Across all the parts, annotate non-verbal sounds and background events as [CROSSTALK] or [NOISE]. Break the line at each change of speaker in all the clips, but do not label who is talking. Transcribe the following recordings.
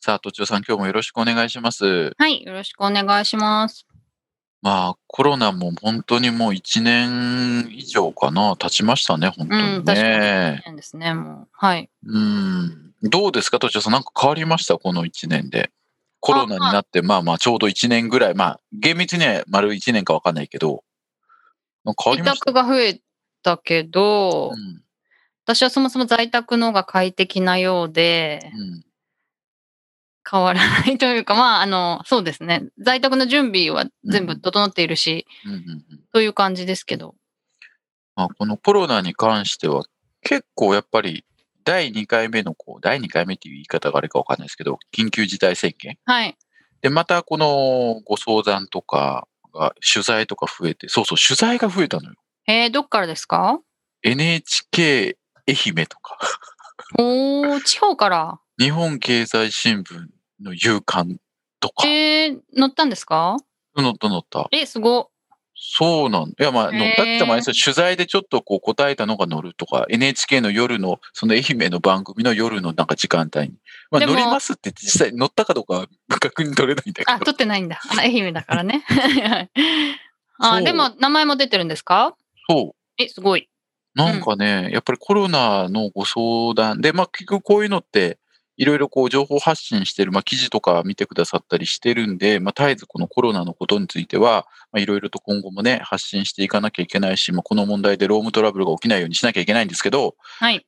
さあ、都庁さん、今日もよろしくお願いします。
はいよろしくお願いします
まあ、コロナも本当にもう1年以上かな、経ちましたね、本当
うん
に
確かに
ね。
変ですねもうはい
うん。どうですか、都庁さん、なんか変わりました、この1年で。コロナになって、まあまあ、ちょうど1年ぐらい、まあ、厳密には丸1年かわかんないけど、なんか変わり
委
ました。
託が増えたけど、
うん
私はそもそも在宅の方が快適なようで
うん
変わらないというかまああのそうですね在宅の準備は全部整っているし、
うんうんうん
という感じですけど
まあ、このコロナに関しては、結構やっぱり、第2回目の、こう、第2回目っていう言い方があれかわかんないですけど、緊急事態宣言。
はい
で、またこのご相談とかが、取材とか増えて、そうそう、取材が増えたのよ。
えー、どっからですか
NHK 愛媛とか、
おー地方から
日本経済新聞の夕刊とか、
えー、乗ったんですか
乗った乗った。
えすご
そうなんいや、まあ、乗ったって言ってもあれですよ取材でちょっとこう答えたのが乗るとか、NHK の夜の、その愛媛の番組の夜のなんか時間帯に。ま
で
あ、
も
乗りますって言って実際乗ったかどうかは確認取れないんだ
あ
けど。
撮ってないんだあ愛媛だからね [LAUGHS] はいあ
そう
でも名前も出てるんですか
そう。
えすごい
なんかね、やっぱりコロナのご相談で、まあ、結局こういうのって、いろいろこう情報発信してる、まあ、記事とか見てくださったりしてるんで、まあ、絶えずこのコロナのことについては、まあ、いろいろと今後もね、発信していかなきゃいけないし、まあ、この問題でロームトラブルが起きないようにしなきゃいけないんですけど、
はい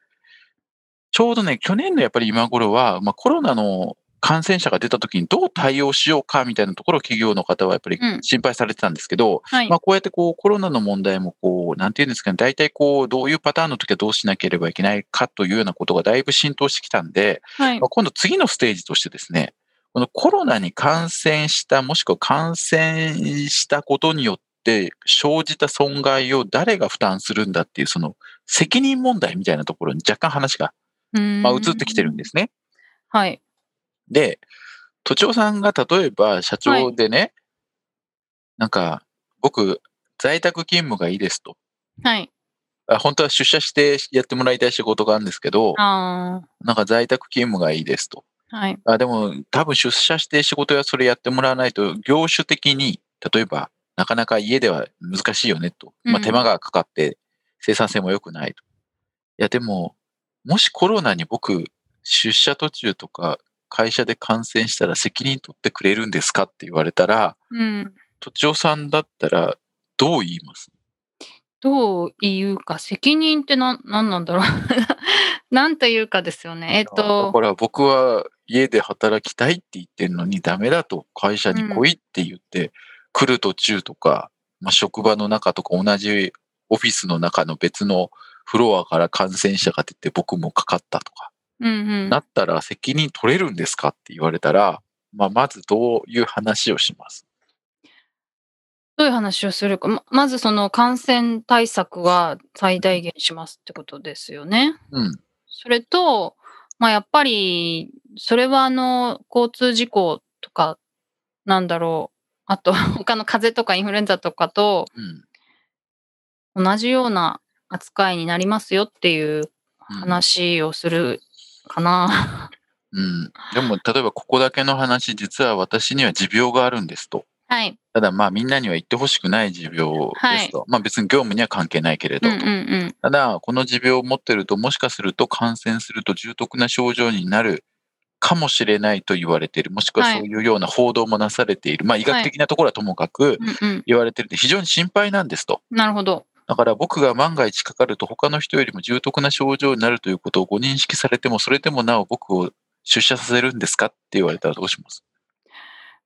ちょうどね、去年のやっぱり今頃は、まあ、コロナの感染者が出た時にどう対応しようかみたいなところを企業の方はやっぱり
うん
心配されてたんですけど、
はい、
まあ、こうやってこうコロナの問題もこう、なんていうんですかね、大体こう、どういうパターンの時はどうしなければいけないかというようなことがだいぶ浸透してきたんで、
はい
まあ、今度次のステージとしてですね、このコロナに感染した、もしくは感染したことによって生じた損害を誰が負担するんだっていう、その責任問題みたいなところに若干話が、まあ、移ってきてるんですすね。
はい
で、都庁さんが例えば社長でね、なんか、僕、在宅勤務がいいですと。
はい
あ本当は出社してやってもらいたい仕事があるんですけど、
あ
なんか在宅勤務がいいですと。
ーはい
あでも、多分出社して仕事やそれやってもらわないと、業種的に、例えば、なかなか家では難しいよねと。ま
う
あ、
ん
手間がかかって生産性も良くないと。いや、でも、もしコロナに僕、出社途中とか会社で感染したら責任取ってくれるんですかって言われたら、
うん
都庁さんだったらどう言います
どう言うか、責任ってな、なんなんだろう。 [LAUGHS] なんというかですよね。えっ
だ
と、
から僕は家で働きたいって言ってるのにダメだと会社に来いって言って、来る途中とか、まあ、職場の中とか同じオフィスの中の別のフロアから感染者が出て僕もかかったとか、
うんうん。
なったら責任取れるんですかって言われたら、まあ、まずどういう話をします
どういう話をするか。ままず、その感染対策は最大限しますってことですよね。
うん。
それと、まあ、やっぱり、それは、あの、交通事故とか、なんだろう。あと、他の風邪とかインフルエンザとかと
うん。
同じような扱いになりますよっていう
うん
話をするかな。
うん、でも、例えばここだけの話、実は私には持病があるんですと。
はい。
ただまあみんなには言ってほしくない持病ですと。まあ別に業務には関係ないけれ
う
ど
ん
と。
うんうん。
ただこの持病を持ってるともしかすると感染すると重篤な症状になるかもしれないと言われている。もしくは
はい
そういうような報道もなされている。まあ医学的なところはともかく
うんうん。
言われているんで非常に心配なんですと。
なるほど。
だから僕が万が一かかると他の人よりも重篤な症状になるということをご認識されてもそれでもなお僕を出社させるんですかって言われたらどうします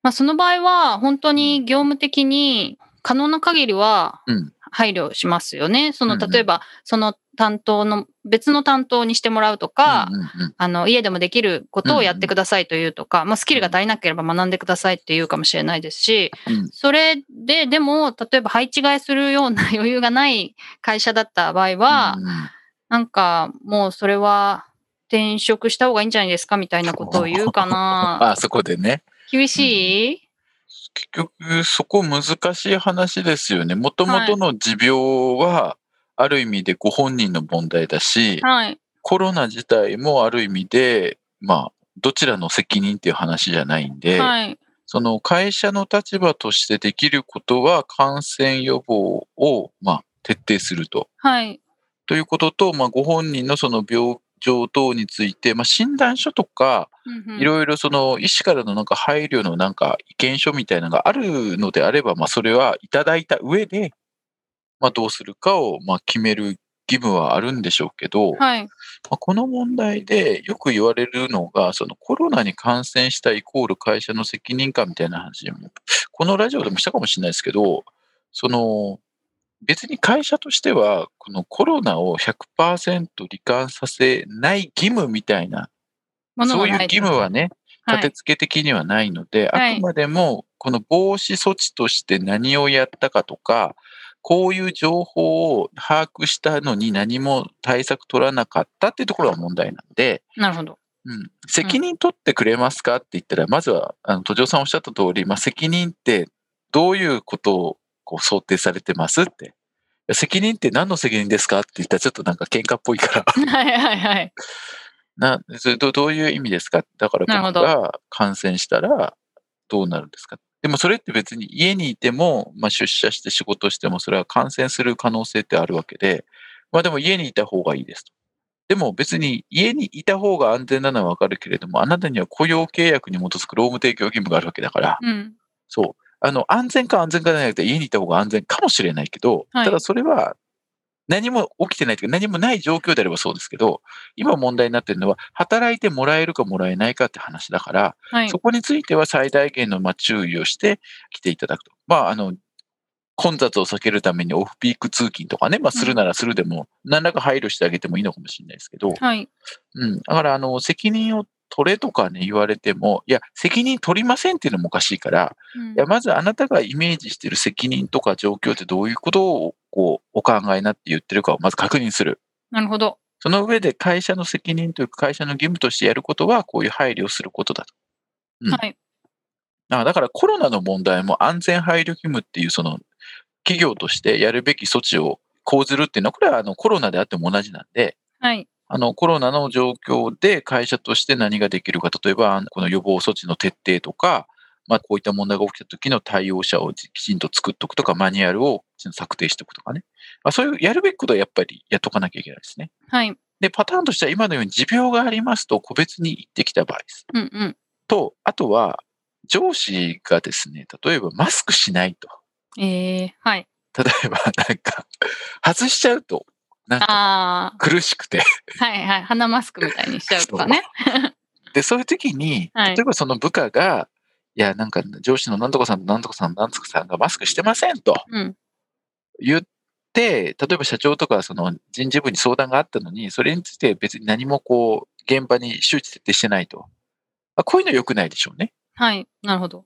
まあ、その場合は、本当に業務的に可能な限りは
うん、
配慮しますよね。その
うんうん
例えば、その担当の別の担当にしてもらうとか、
うんうんうん
あの家でもできることをやってくださいというとか、まあ、スキルが足りなければ学んでくださいっていうかもしれないですし、
うん
それででも例えば配置換えするような余裕がない会社だった場合は、
うん
なんかもうそれは転職した方がいいんじゃないですかみたいなことを言うか
[LAUGHS]
な。
あそこでね。
厳しい、
結局そこ難しい話ですよね。もともとの持病はある意味でご本人の問題だし、
はい。
コロナ自体もある意味で、まあ、どちらの責任っていう話じゃないんで、
はい。
その会社の立場としてできることは感染予防を、まあ、徹底すると。
はい。
ということと、まあ、ご本人のその病状等について、まあ、診断書とか、
うんうん
いろいろその医師からのなんか配慮のなんか意見書みたいなのがあるのであれば、まあ、それはいただいた上で、まあ、どうするかをまあ決める義務はあるんでしょうけど、
はい。
まあこの問題でよく言われるのが、そのコロナに感染したイコール会社の責任感みたいな話も、このラジオでもしたかもしれないですけど、その、別に会社としては、このコロナを100%罹患させない義務みたいな、
もの
そ
が
ういう
ない
義務はね、
はい
立て付け的にはないので、
はい
あくまでもこの防止措置として何をやったかとか、こういう情報を把握したのに何も対策取らなかったっていうところが問題なんで、
なるほど。 [LAUGHS]
うん、責任取ってくれますかって言ったら、まずは、あの、都城さんおっしゃった通り、まあ、責任ってどういうことをこう想定されてますって。いや責任って何の責任ですかって言ったらちょっとなんか喧嘩っぽいから。
はいはいはい。
なそれどどういう意味ですかだから
なるほ
僕
ど
が感染したらどうなるんですかでもそれって別に家にいても、まあ、出社して仕事してもそれは感染する可能性ってあるわけで、まあでも家にいた方がいいですと。でも別に家にいた方が安全なのはわかるけれども、あなたには雇用契約に基づく労務提供義務があるわけだから、
うん。
そう。あの、安全か安全かじゃなくて、家にいた方が安全かもしれないけど、
はい
ただそれは、何も起きてないというか、何もない状況であればそうですけど、今問題になってるのは、働いてもらえるかもらえないかって話だから、
はい
そ。こについては最大限のまあ注意をして来ていただくと。まあ、あの、混雑を避けるためにオフピーク通勤とかね、まあ、するならするでも、何らか配慮してあげてもいいのかもしれないですけど、
はい。
うん、だからあの責任を取れとかね言われても、いや、責任取りませんっていうのもおかしいから、
うん
いやまずあなたがイメージしている責任とか状況ってどういうことをこうお考えになって言ってるかをまず確認する。
なるほど。
その上で会社の責任というか会社の義務としてやることはこういう配慮をすることだと。うん
はい。
あだからコロナの問題も安全配慮義務っていうその企業としてやるべき措置を講ずるっていうのはこれはあのコロナであっても同じなんで、
はい。
あの、コロナの状況で会社として何ができるか、例えば、あのこの予防措置の徹底とか、まあ、こういった問題が起きた時の対応者をきちんと作っとくとか、マニュアルをきちんと策定しておくとかね。まあ、そういうやるべきことはやっぱりやっとかなきゃいけないですね。
はい。
で、パターンとしては今のように持病がありますと個別に言ってきた場合です。
うんうん。
と、あとは、上司がですね、例えばマスクしないと。
えー、はい。
例えば、なんか、外しちゃうと、なんか
あ
苦しくて、
あ、はいはい。鼻マスクみたいにしちゃうと
[LAUGHS]
かね。
で、そういう時に、
はい
例えばその部下が、いや、なんか上司のなんとかさんとなんとかさんなんとかさんがマスクしてませんと
うん。
言って、例えば社長とかその人事部に相談があったのに、それについて別に何もこう、現場に周知徹底してないと。あこういうの良くないでしょうね。
はい。なるほど。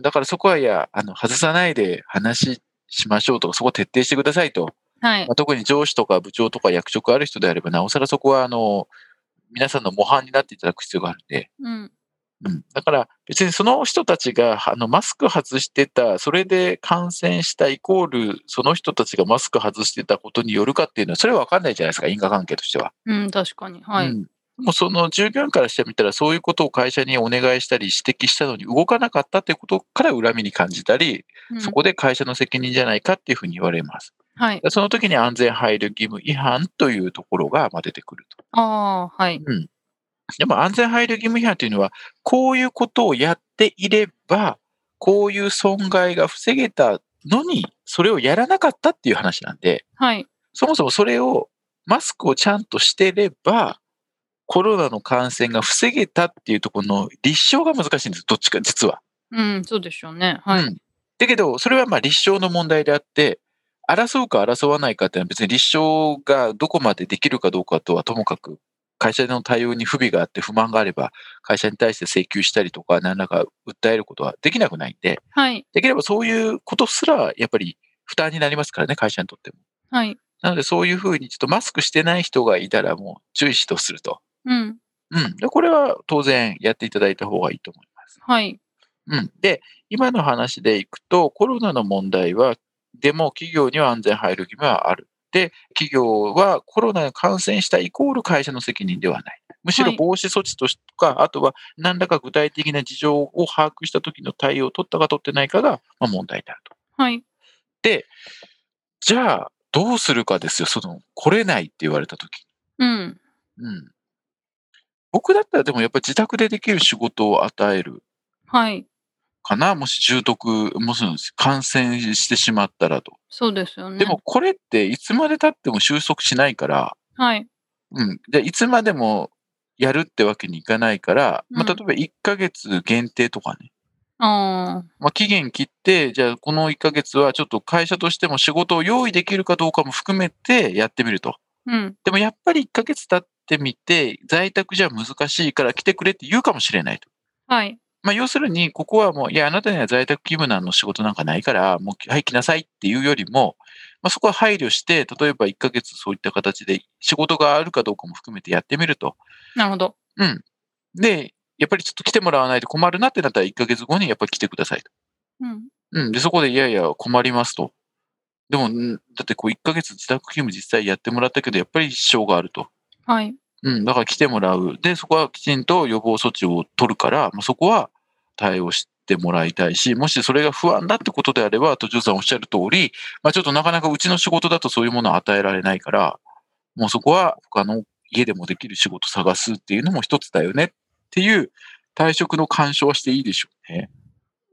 だからそこは、いや、あの、外さないで話しましょうとか、そこ徹底してくださいと。
はい
ま。あ、特に上司とか部長とか役職ある人であれば、なおさらそこは、あの、皆さんの模範になっていただく必要があるんで、
うん。
うん、だから別にその人たちがあのマスク外してた、それで感染したイコール、その人たちがマスク外してたことによるかっていうのは、それは分かんないじゃないですか、因果関係としては。
うん、確かに。は
う
い。
んもうその従業員からしてみたら、そういうことを会社にお願いしたり、指摘したのに動かなかったってことから恨みに感じたり、
うん
そこで会社の責任じゃないかっていうふうに言われます。
はい。
その時に安全配慮義務違反というところがまあ出てくると。
ああ、はい。
でも安全配慮義務違反というのは、こういうことをやっていれば、こういう損害が防げたのに、それをやらなかったっていう話なんで、
はい。
そもそもそれを、マスクをちゃんとしてれば、コロナの感染が防げたっていうところの立証が難しいんです、どっちか、実は。
うん、そうでしょうね。はい。
うんだけど、それはまあ立証の問題であって、争うか争わないかっていうのは別に立証がどこまでできるかどうかとはともかく、会社の対応に不備があって不満があれば、会社に対して請求したりとか、何らか訴えることはできなくないんで、
はい。
できればそういうことすらやっぱり負担になりますからね、会社にとっても。
はい。
なのでそういうふうにちょっとマスクしてない人がいたらもう注意指導すると。
うん。
うん。で、これは当然やっていただいた方がいいと思います。
はい。
うん。で、今の話でいくと、コロナの問題は、でも企業には安全配慮義務はある。で、企業はコロナに感染したイコール会社の責任ではない。むしろ
はい
防止措置とか、あとは何らか具体的な事情を把握した時の対応を取ったか取ってないかが、まあ、問題であると。
はい。
じゃあ、どうするかですよ。その、来れないって言われた時
うん。
うん。僕だったらでもやっぱり自宅でできる仕事を与える
はい。
かな。もし重篤、もし感染してしまったらと。
そうですよね。
でも、これっていつまで経っても収束しないから、
はい。
うん。で、いつまでもやるってわけにいかないから、まあ、
う
例
ん
えば1ヶ月限定とかね。
あ
まあ、期限切って、じゃあこの1ヶ月はちょっと会社としても仕事を用意できるかどうかも含めてやってみると。
あ。うん。
でもやっぱり1ヶ月経ってみて、在宅じゃ難しいから来てくれって言うかもしれないと。
はい。
まあ、要するに、ここはもう、いや、あなたには在宅勤務なんの仕事なんかないから、もう、はい、来なさいっていうよりも、まあ、そこは配慮して、例えば1ヶ月そういった形で仕事があるかどうかも含めてやってみると。
なるほど。
で、やっぱりちょっと来てもらわないと困るなってなったら1ヶ月後にやっぱり来てくださいと。
うん。
うん。で、そこで、いやいや、困りますと。でも、んだってこう1ヶ月自宅勤務実際やってもらったけど、やっぱり支障があると。
はい。
うん、だから来てもらう。で、そこはきちんと予防措置を取るから、まあ、そこは対応してもらいたいし、もしそれが不安だってことであれば、途中さんおっしゃる通り、まあ、ちょっとなかなかうちの仕事だとそういうものを与えられないから、もうそこは他の家でもできる仕事探すっていうのも一つだよねっていう退職の干渉はしていいでしょうね。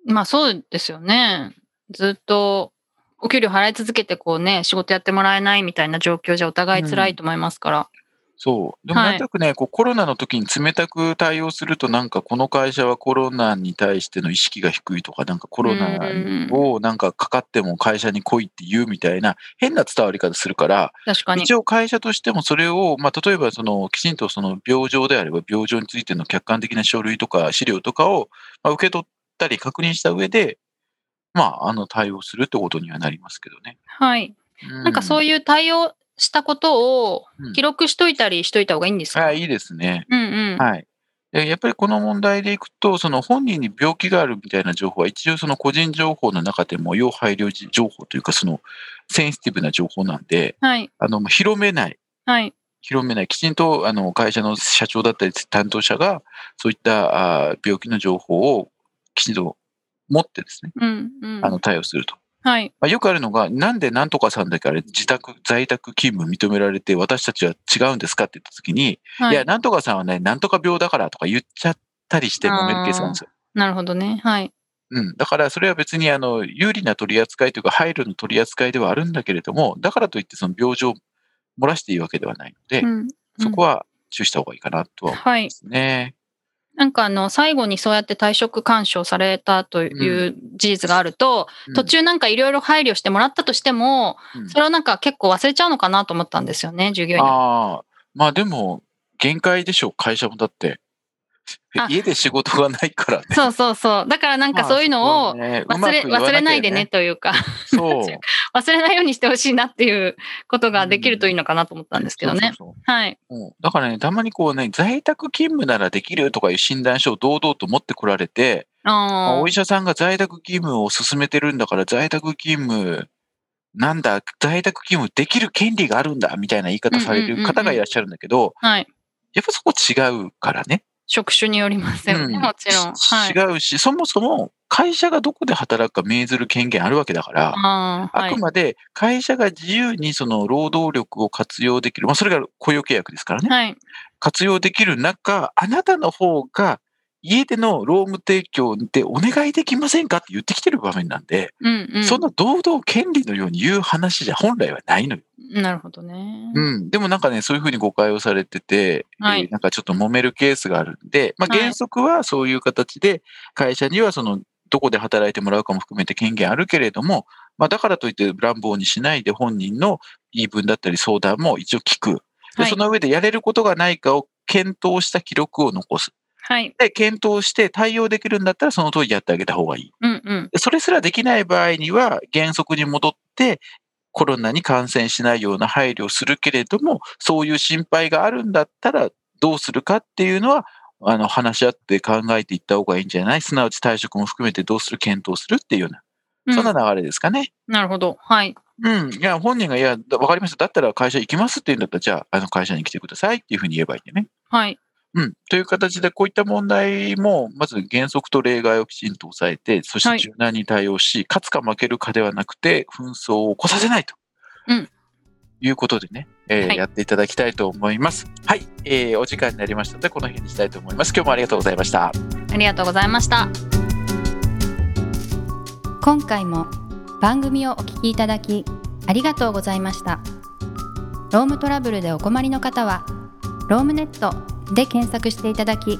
まあそうですよね。ずっとお給料払い続けてこうね、仕事やってもらえないみたいな状況じゃお互い辛いと思いますから。
そう。でも
はい
なんとなくね、こうコロナの時に冷たく対応すると、なんかこの会社はコロナに対しての意識が低いとか、なんかコロナ
うん
をなんかかかっても会社に来いって言うみたいな変な伝わり方するから、
確かに。
一応会社としてもそれを、まあ、例えばそのきちんとその病状であれば病状についての客観的な書類とか資料とかをまあ受け取ったり確認した上で、まあ、あの対応するってことにはなりますけどね。
はい。なんかそう
い
いう対応したことを
うん
記録しといたりしといた方がいいんですか、
あいいですね。
うんうん。
はい。でやっぱりこの問題でいくと、その本人に病気があるみたいな情報は、一応その個人情報の中でも要配慮情報というか、そのセンシティブな情報なんで、
はい。
あの、広めない、
はい。
広めない、きちんとあの会社の社長だったり担当者が、そういったあー病気の情報をきちんと持ってですね、
うんうん
あ。の対応すると。
はい。
まあ、よくあるのが、なんでなんとかさんだけあれ、自宅、在宅勤務認められて、私たちは違うんですかって言ったときに、
はいい。
や、なんとかさんはね、なんとか病だからとか言っちゃったりして揉めるケースなんですよ。
なるほどね。はい。
うん。だから、それは別に、あの、有利な取り扱いというか、配慮の取り扱いではあるんだけれども、だからといって、その病状を漏らしていいわけではないので
う、ん。
そこは注意した方がいいかなとは思い
はい
ま。すね。
なんかあの、最後にそうやって退職勧奨されたという事実があると、
うん
途中なんかいろいろ配慮してもらったとしても、
うん
それをなんか結構忘れちゃうのかなと思ったんですよね、従業員の。
ああ、まあでも、限界でしょう、会社もだって
あ。
家で仕事がないからね。
そうそうそう。だからなんかそういうのを
まあそこは
忘
ね
れ、
うまく言わきゃ
忘れないでね。というか、
そう。
忘れないようにしてほしいなっていうことができるといいのかなと思ったんですけど
そう
ね
そう。そう
はい。
うんだからね、たまにこうね、在宅勤務ならできるとかいう診断書を堂々と持ってこられて、まあ
あ
お医者さんが在宅勤務を勧めてるんだから、在宅勤務、なんだ、在宅勤務できる権利があるんだ、みたいな言い方され
うんうんうん
る
うん
方がいらっしゃるんだけど、
あ。はい。
やっぱそこ違うからね。
職種によりますよね、
うん
もちろん。はい。
違うし、そもそも会社がどこで働くか命ずる権限あるわけだから、
ああ、は
あ
い
く。まで会社が自由にその労働力を活用できる。まあ、それが雇用契約ですからね。
はい。
活用できる中、あなたの方が家での労務提供でお願いできませんかって言ってきてる場面なんで、
うんうん。
そんな堂々権利のように言う話じゃ本来はないのよ。
なるほどね。
うん。でもなんかね、そういうふうに誤解をされてて、
はい
えーなんかちょっと揉めるケースがあるんで、まあ
はい
原則はそういう形で会社にはそのどこで働いてもらうかも含めて権限あるけれども、まあ、だからといって乱暴にしないで本人の言い分だったり相談も一応聞く。で
はい
その上でやれることがないかを検討した記録を残す。
はい。
で、検討して対応できるんだったらその通りやってあげた方がいい。
うんうん。
でそれすらできない場合には原則に戻ってコロナに感染しないような配慮をするけれども、そういう心配があるんだったらどうするかっていうのは、あの、話し合って考えていった方がいいんじゃないすなわち退職も含めてどうする検討するっていうような、
うん
そんな流れですかね。
なるほど。はい。
うん。いや、本人が、いや、だわかりました。だったら会社行きますって言うんだったら、じゃあ、あの会社に来てくださいっていうふうに言えばいいんでね。
はい。
うん。という形で、こういった問題も、まず原則と例外をきちんと抑えて、そして
はい
柔軟に対応し、勝つか負けるかではなくて、紛争を起こさせないと。
うん
いうことでね、えー
はい
やっていただきたいと思います。はい。えーお時間になりましたので、この辺にしたいと思います。今日もありがとうございました。
ありがとうございました。
今回も番組をお聞きいただきありがとうございましたロームトラブルでお困りの方はロームネットで検索していただき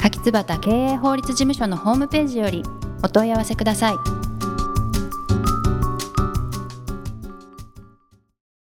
柿椿経営法律事務所のホームページよりお問い合わせください